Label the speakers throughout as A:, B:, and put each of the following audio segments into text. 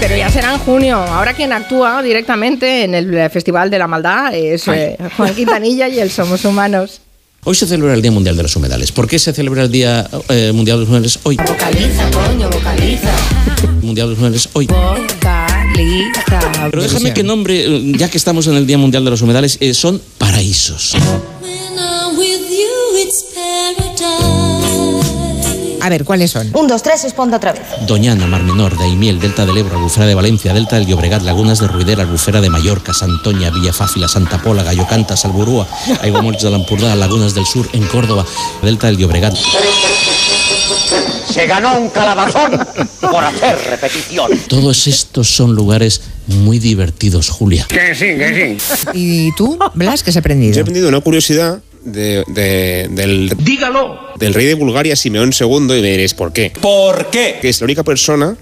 A: Pero ya será en junio. Ahora quien actúa directamente en el eh, Festival de la Maldad es eh, Juan Quintanilla y el Somos Humanos.
B: Hoy se celebra el Día Mundial de los Humedales. ¿Por qué se celebra el Día eh, Mundial de los Humedales hoy?
C: Vocaliza, coño, vocaliza.
B: Mundial de los Humedales hoy.
A: Vocaliza.
B: Pero déjame que nombre, eh, ya que estamos en el Día Mundial de los Humedales, eh, son paraísos.
D: When I'm with you, it's paradise.
E: A ver, ¿cuáles son?
F: Un, dos, tres, respondo otra vez.
B: Doñana, Mar Menor, Daimiel, Delta del Ebro, Albufera de Valencia, Delta del Llobregat, Lagunas de Ruidera, Albufera de Mallorca, Santoña, Villafácila, Santa Pola, Gallocanta, Salburúa, Aiguamolls de la Ampurdá, Lagunas del Sur, en Córdoba, Delta del Llobregat.
G: Se ganó un calabazón por hacer repetición.
B: Todos estos son lugares muy divertidos, Julia.
G: Que sí, que sí.
E: ¿Y tú, Blas, qué has aprendido?
H: Yo he aprendido una curiosidad de- de- del,
G: Dígalo.
H: del rey de Bulgaria, Simeón II, y me diréis por qué.
G: ¿Por qué?
H: Que es la única persona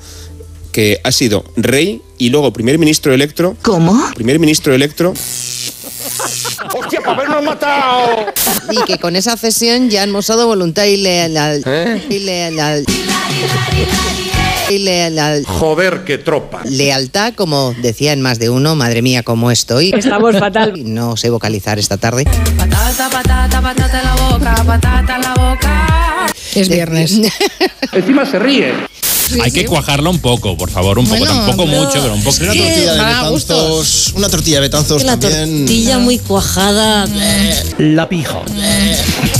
H: que ha sido rey y luego primer ministro electro.
F: ¿Cómo?
H: Primer ministro electro.
G: ¡Hostia, para habernos matado!
E: Y que con esa cesión ya han mostrado voluntad ilegal.
I: ¿Eh?
E: Ilegal. Ilegal.
I: Joder, qué tropa.
E: Lealtad, como decía en más de uno, madre mía, cómo estoy.
A: Estamos fatal.
E: Y No sé vocalizar esta tarde.
C: Patata, patata, patata en la boca, patata en la boca.
A: Es viernes.
I: Encima se ríe.
J: Hay que cuajarlo un poco, por favor, un poco.
E: Bueno,
J: Tampoco
E: pero-
J: mucho, pero un poco.
E: Una tortilla. de Van a betanzos- gustos.
H: Una tortilla de betanzos
F: La tortilla muy cuajada.
I: La pija.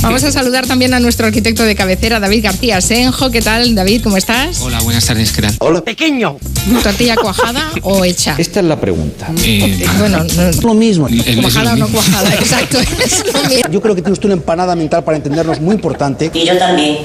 A: Vamos a saludar también a nuestro arquitecto de cabecera, David García Senjo. ¿Qué tal, David? ¿Cómo estás?
J: Hola, buenas tardes, ¿qué tal?
G: Hola. Pequeño.
A: ¿Tortilla cuajada o hecha?
I: Esta es la pregunta.
A: Bueno, no-
K: Lo mismo.
A: cuajada o no cuajada, exacto. Es lo mismo.
K: Yo creo que tienes tú una empanada mental para entendernos muy importante.
C: Y yo también.